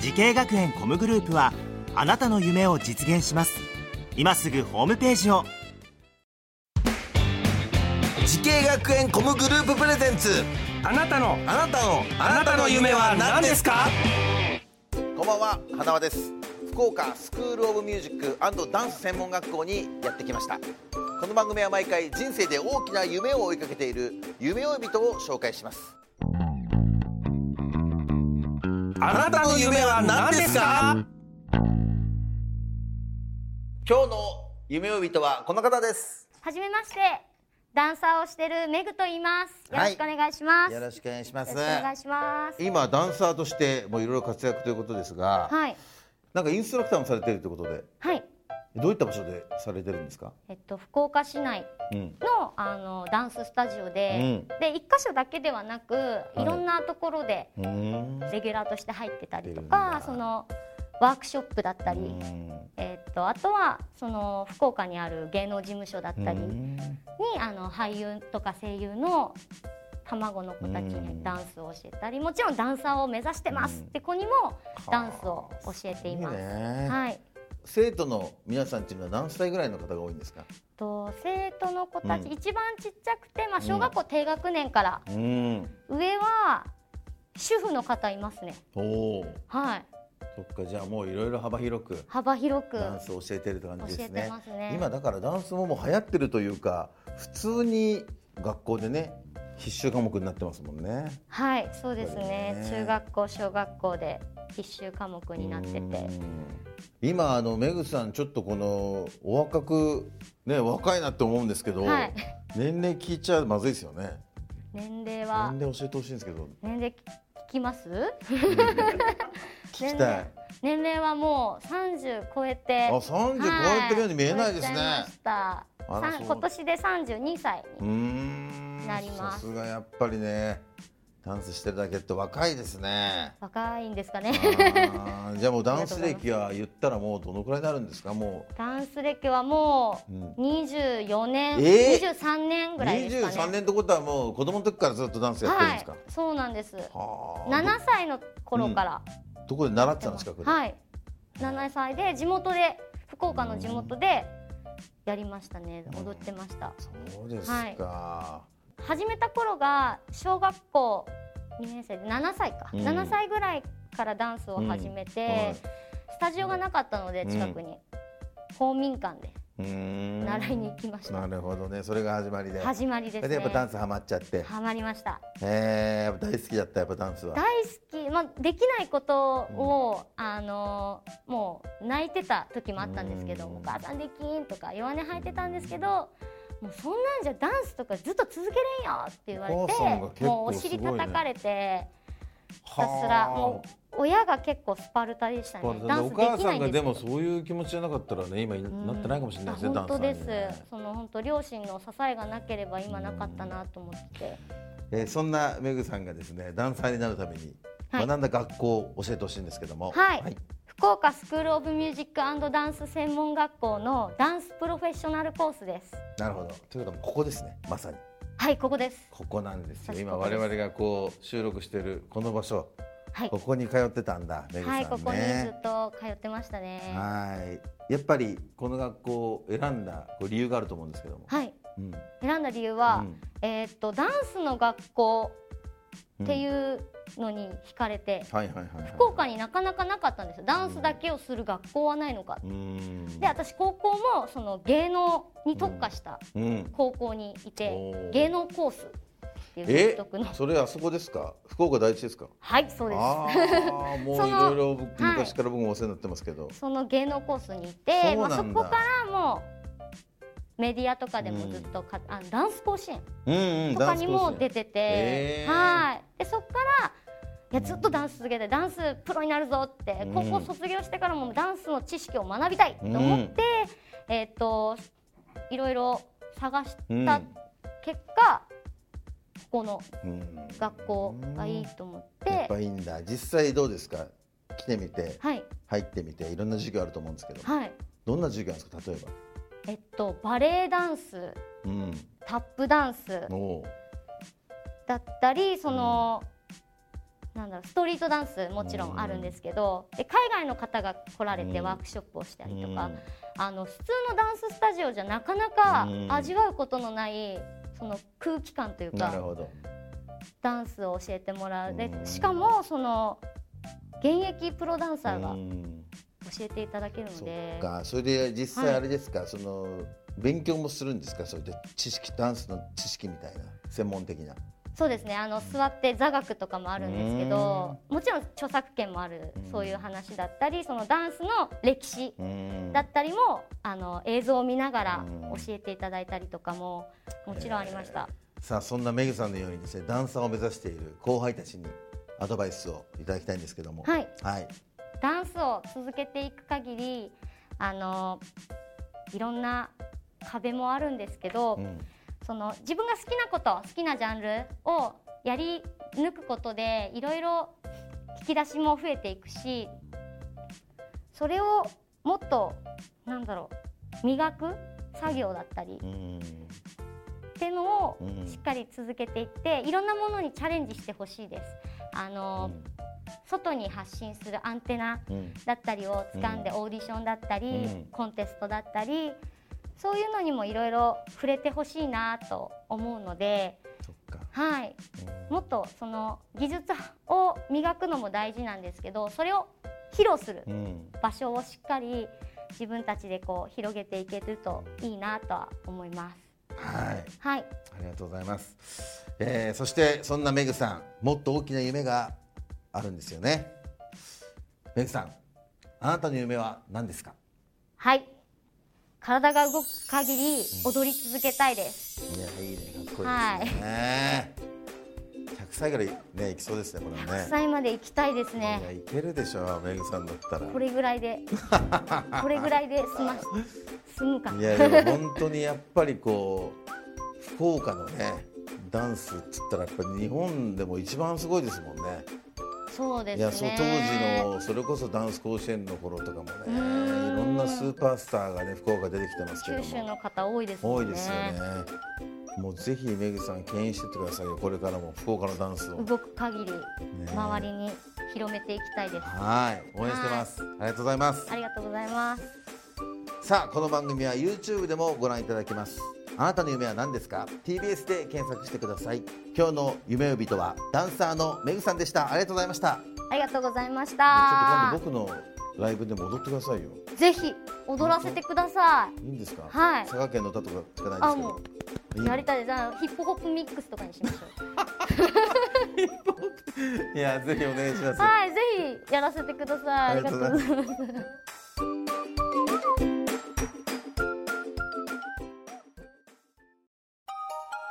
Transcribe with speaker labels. Speaker 1: 時系学園コムグループはあなたの夢を実現します今すぐホームページを
Speaker 2: 時系学園コムグループプレゼンツ
Speaker 3: あなたの
Speaker 2: あなたの
Speaker 3: あなたの夢は何ですか
Speaker 4: こんばんは花輪です福岡スクールオブミュージックダンス専門学校にやってきましたこの番組は毎回人生で大きな夢を追いかけている夢追い人を紹介します
Speaker 3: あなたの夢は何ですか
Speaker 4: 今日の夢追い人はこの方です
Speaker 5: はじめまして、ダンサーをしてるメグと言います。よろしくお願いします。
Speaker 4: よろ
Speaker 5: よ
Speaker 4: しくお願いしま
Speaker 5: ろ
Speaker 4: す
Speaker 5: しくお願いします。
Speaker 4: 今ダンサーとしてもういろいろ活躍ということですが、
Speaker 5: はい、
Speaker 4: なんかインストラクターもされているということで
Speaker 5: はい、
Speaker 4: どういった場所でされてるんですか、
Speaker 5: えっと福岡市内
Speaker 4: うん、
Speaker 5: のあのダンススタジオで、で一箇所だけではなく、いろんなところで
Speaker 4: うーん
Speaker 5: レギュラーとして入ってたりと
Speaker 4: 出るん
Speaker 5: か
Speaker 4: だ、
Speaker 5: そのワークショップだったり、えっとあとはその福岡にある芸能事務所だったりに、あの俳優とか声優の卵の子たちにダンスを教えたり、もちろんダンサーを目指してますって子にもダンスを教えています。
Speaker 4: いいね
Speaker 5: はい。
Speaker 4: 生徒の皆さんっていうのは何歳ぐらいの方が多いんですか
Speaker 5: と生徒の子たち、
Speaker 4: うん
Speaker 5: 一番ちっちゃくて、まあ小学校低学年から、
Speaker 4: うん
Speaker 5: 上は主婦の方いますね。
Speaker 4: おお
Speaker 5: はい。
Speaker 4: そっかじゃあもういろいろ幅広く
Speaker 5: 幅広く
Speaker 4: ダンスを教えてるって感じです
Speaker 5: 教え
Speaker 4: ね
Speaker 5: てますね
Speaker 4: 今だからダンスももう流行ってるというか普通に学校でね必修科目になってますもんね
Speaker 5: はい、そうですね。
Speaker 4: そうだよね
Speaker 5: 中学校、小学校で必修科目になってて。
Speaker 4: 今あのメグさんちょっとこのお若くね若いなって思うんですけど、
Speaker 5: はい
Speaker 4: 年齢聞いちゃまずいですよね
Speaker 5: 年齢は
Speaker 4: 年齢教えてほしいんですけど
Speaker 5: 年齢聞きます？
Speaker 4: 聞きたい
Speaker 5: 年齢はもう三十超えて。
Speaker 4: あ30超えてるように見えないですね
Speaker 5: 超えちゃいました。
Speaker 4: あら
Speaker 5: さ
Speaker 4: そ
Speaker 5: ん
Speaker 4: う
Speaker 5: 今年で三十二歳
Speaker 4: うー
Speaker 5: に。
Speaker 4: ん
Speaker 5: なりま
Speaker 4: さ
Speaker 5: す
Speaker 4: すがやっぱりねダンスしてるだけって若いです ね
Speaker 5: 若いんですか
Speaker 4: あ
Speaker 5: ね。
Speaker 4: ーじゃあもうダンス歴は言ったらもうどのくらいになるんですかも
Speaker 5: ダンス歴はもう二十四年、
Speaker 4: え
Speaker 5: 二
Speaker 4: ー
Speaker 5: 十三年
Speaker 4: う
Speaker 5: ぐらいですか
Speaker 4: 23
Speaker 5: ね。
Speaker 4: 年ってことはもう子供の時からずっとダンスやってるんですか、
Speaker 5: はい、そうなんです。
Speaker 4: はあ
Speaker 5: 七歳の頃から。
Speaker 4: どどこで習ってたんですかこれ、
Speaker 5: はい7歳で地元で福岡の地元でやりましたね
Speaker 4: うん
Speaker 5: 踊ってました
Speaker 4: そうですか、
Speaker 5: 始めた頃が小学校2年生で7歳か、
Speaker 4: うん
Speaker 5: 7歳ぐらいからダンスを始めて、
Speaker 4: はい
Speaker 5: スタジオがなかったので近くに、公民館で
Speaker 4: うーん
Speaker 5: 習いに行きました、
Speaker 4: なるほどねそれが始まりで
Speaker 5: 始まりです
Speaker 4: それで
Speaker 5: ね
Speaker 4: やっぱダンスハマっちゃって、
Speaker 5: ハマりました
Speaker 4: えー、やっぱ大好きだったやっぱダンスは
Speaker 5: 大好き、まあ、できないことを、あのもう泣いてた時もあったんですけど「
Speaker 4: うん
Speaker 5: お母さんできん」とか弱音吐いてたんですけどもうそんなんじゃダンスとかずっと続けれんよって言われ
Speaker 4: お母さんが結
Speaker 5: て
Speaker 4: 構
Speaker 5: もうお尻
Speaker 4: すごいね
Speaker 5: 叩かれてひたすらもう親が結構スパルタでしたねダン
Speaker 4: お
Speaker 5: スできない
Speaker 4: 母
Speaker 5: んです
Speaker 4: さんがで
Speaker 5: けど
Speaker 4: もそういう気持ちじゃなかったらね今なってないかもしれないですね、
Speaker 5: うん
Speaker 4: ダ
Speaker 5: あ本
Speaker 4: ン
Speaker 5: 当
Speaker 4: ス
Speaker 5: です、その本当両親の支えがなければ今なかったなと思って
Speaker 4: えーそんなメグさんがですねダンサーになるために
Speaker 5: はい
Speaker 4: 学んだ学校を教えてほしいんですけども
Speaker 5: はい、福岡スクール・オブ・ミュージックダンス専門学校のダンスプロフェッショナルコースです
Speaker 4: なるほどということはここですねまさに
Speaker 5: はいここです
Speaker 4: ここなんですよ
Speaker 5: 私
Speaker 4: 今
Speaker 5: ここ
Speaker 4: 我
Speaker 5: です
Speaker 4: 々がこう収録しているこの場所、
Speaker 5: はい
Speaker 4: ここに通ってたんだメグさん
Speaker 5: は
Speaker 4: ね
Speaker 5: いここにずっと通ってましたね
Speaker 4: はいやっぱりこの学校を選んだこう理由があると思うんですけども、
Speaker 5: はい
Speaker 4: うん
Speaker 5: 選んだ理由
Speaker 4: う
Speaker 5: は、
Speaker 4: ん
Speaker 5: えーっとダンスの学校っていうのに惹かれて、
Speaker 4: はいはいはいはい、
Speaker 5: 福岡になかなかなかったんですよダンスだけをする学校はないのか、
Speaker 4: うん
Speaker 5: で私高校もその芸能に特化した
Speaker 4: うん
Speaker 5: 高校にいて、
Speaker 4: おー
Speaker 5: 芸能コースっていう
Speaker 4: え
Speaker 5: 独特の
Speaker 4: それあそこですか福岡第一ですか
Speaker 5: はいそうです
Speaker 4: ああもうい
Speaker 5: その
Speaker 4: ろいろ僕
Speaker 5: はい
Speaker 4: 昔から僕もお世話になってますけど、
Speaker 5: その芸能コースに行って
Speaker 4: そう
Speaker 5: ま
Speaker 4: なんだ
Speaker 5: あ、そこからもうメディアとかでもずっとか、あダンス甲子園
Speaker 4: うんうん
Speaker 5: とかにも出
Speaker 4: て
Speaker 5: てて、
Speaker 4: へー
Speaker 5: はいでそこからいやずっとダンス続けてダンスプロになるぞって高校卒業してからもダンスの知識を学びたいと思って、えーっといろいろ探した結果、ここの
Speaker 4: うん
Speaker 5: 学校がいいと思っ、
Speaker 4: やってぱいいんだ実際どうですか来てみて
Speaker 5: はい
Speaker 4: 入ってみていろんな授業あると思うんですけど
Speaker 5: はい
Speaker 4: どんな授業なんですか例えば
Speaker 5: えっとバレエダンス
Speaker 4: うん
Speaker 5: タップダンス
Speaker 4: おう
Speaker 5: だったりその、なんだろうストリートダンスもちろんあるんですけど、で海外の方が来られて
Speaker 4: うん
Speaker 5: ワークショップをしたりと
Speaker 4: う
Speaker 5: か、
Speaker 4: ん
Speaker 5: あの普通のダンススタジオじゃなかなか
Speaker 4: うん
Speaker 5: 味わうことのないその空気感という
Speaker 4: なる
Speaker 5: か
Speaker 4: ほど
Speaker 5: ダンスを教えてもらうで
Speaker 4: うん
Speaker 5: しかもその現役プロダンサー
Speaker 4: う
Speaker 5: が
Speaker 4: ん
Speaker 5: 教えていただけるの
Speaker 4: そ
Speaker 5: で
Speaker 4: っかそれで実際
Speaker 5: はい
Speaker 4: あれですか、その勉強もするんですかそれで知識ダンスの知識みたいな専門的な
Speaker 5: そうですねあの座って座学とかもあるんですけどもちろん著作権もある
Speaker 4: ん
Speaker 5: そういう話だったりそのダンスの歴史
Speaker 4: うん
Speaker 5: だったりもあの映像を見ながら
Speaker 4: うん
Speaker 5: 教えていただいたりとかももちろんありました。
Speaker 4: さあそんなメグさんのようにですねダンサーを目指している後輩たちにアドバイスをいただきたいんですけども
Speaker 5: はい、
Speaker 4: はい、
Speaker 5: ダンスを続けていく限りあのいろんな壁もあるんですけど、
Speaker 4: うん
Speaker 5: その自分が好きなこと好きなジャンルをやり抜くことでいろいろ引き出しも増えていくしそれをもっとなんだろう磨く作業だったり
Speaker 4: うん
Speaker 5: っていうのを
Speaker 4: うん
Speaker 5: しっかり続けていっていろんなものにチャレンジしてほしいです。あの、外に発信するアンテナ
Speaker 4: うん
Speaker 5: だったりを掴んでオーディションだったり、
Speaker 4: うん
Speaker 5: コンテストだったりそういうのにもいろいろ触れてほしいなと思うので、
Speaker 4: そっか
Speaker 5: はい、もっとその技術を磨くのも大事なんですけどそれを披露する
Speaker 4: うん
Speaker 5: 場所をしっかり自分たちでこう広げていけるといいなとは思います。
Speaker 4: はい
Speaker 5: はい、
Speaker 4: ありがとうございます、えーそしてそんなメグさんもっと大きな夢があるんですよねメグさんあなたの夢は何ですか
Speaker 5: はい、体が動く限り踊り続けたいです。
Speaker 4: いやいいねかっこいいですね、100歳ぐらいねいきそうですねこれは
Speaker 5: 100
Speaker 4: ね
Speaker 5: 歳まで行きたいですね
Speaker 4: い。やいけるでしょうメグさんだったら
Speaker 5: これぐらいでこれぐらいで済まし済むか
Speaker 4: いやでも本当にやっぱりこう福岡のねダンスっつったらやっぱり日本でも一番すごいですもんね
Speaker 5: そうで
Speaker 4: い
Speaker 5: すね
Speaker 4: やそう当時のそれこそダンス甲子園の頃とかもねいろんなスーパースターがね福岡出てきてますけど
Speaker 5: 九州
Speaker 4: も
Speaker 5: の方多いですも
Speaker 4: 多
Speaker 5: ん
Speaker 4: い
Speaker 5: ね
Speaker 4: ですよねもうぜひメグさん牽引してってくださいよこれからも福岡のダンスを
Speaker 5: 動く限り
Speaker 4: え
Speaker 5: 周りに広めていきたいです
Speaker 4: はい応援してますありがとうございます
Speaker 5: ありがとうございます
Speaker 4: さあこの番組は YouTube でもご覧いただけますあなたの夢は何ですか TBS で検索してください今日の夢呼びとはダンサーのメグさんでしたありがとうございましたちょ
Speaker 5: ありがとうございまし
Speaker 4: っと
Speaker 5: た
Speaker 4: 今度僕のライブでも踊ってくださいよ
Speaker 5: ぜひ踊らせてください
Speaker 4: いいんですか、
Speaker 5: はい
Speaker 4: 佐賀県の歌とかしかない
Speaker 5: あ
Speaker 4: ん
Speaker 5: も
Speaker 4: ですけど
Speaker 5: うやりたいじゃあヒップホップミックスとかに しましょう
Speaker 4: いいやぜひお願いします
Speaker 5: はいぜひやらせてくださいありがとうござい
Speaker 4: ま
Speaker 5: ます
Speaker 4: す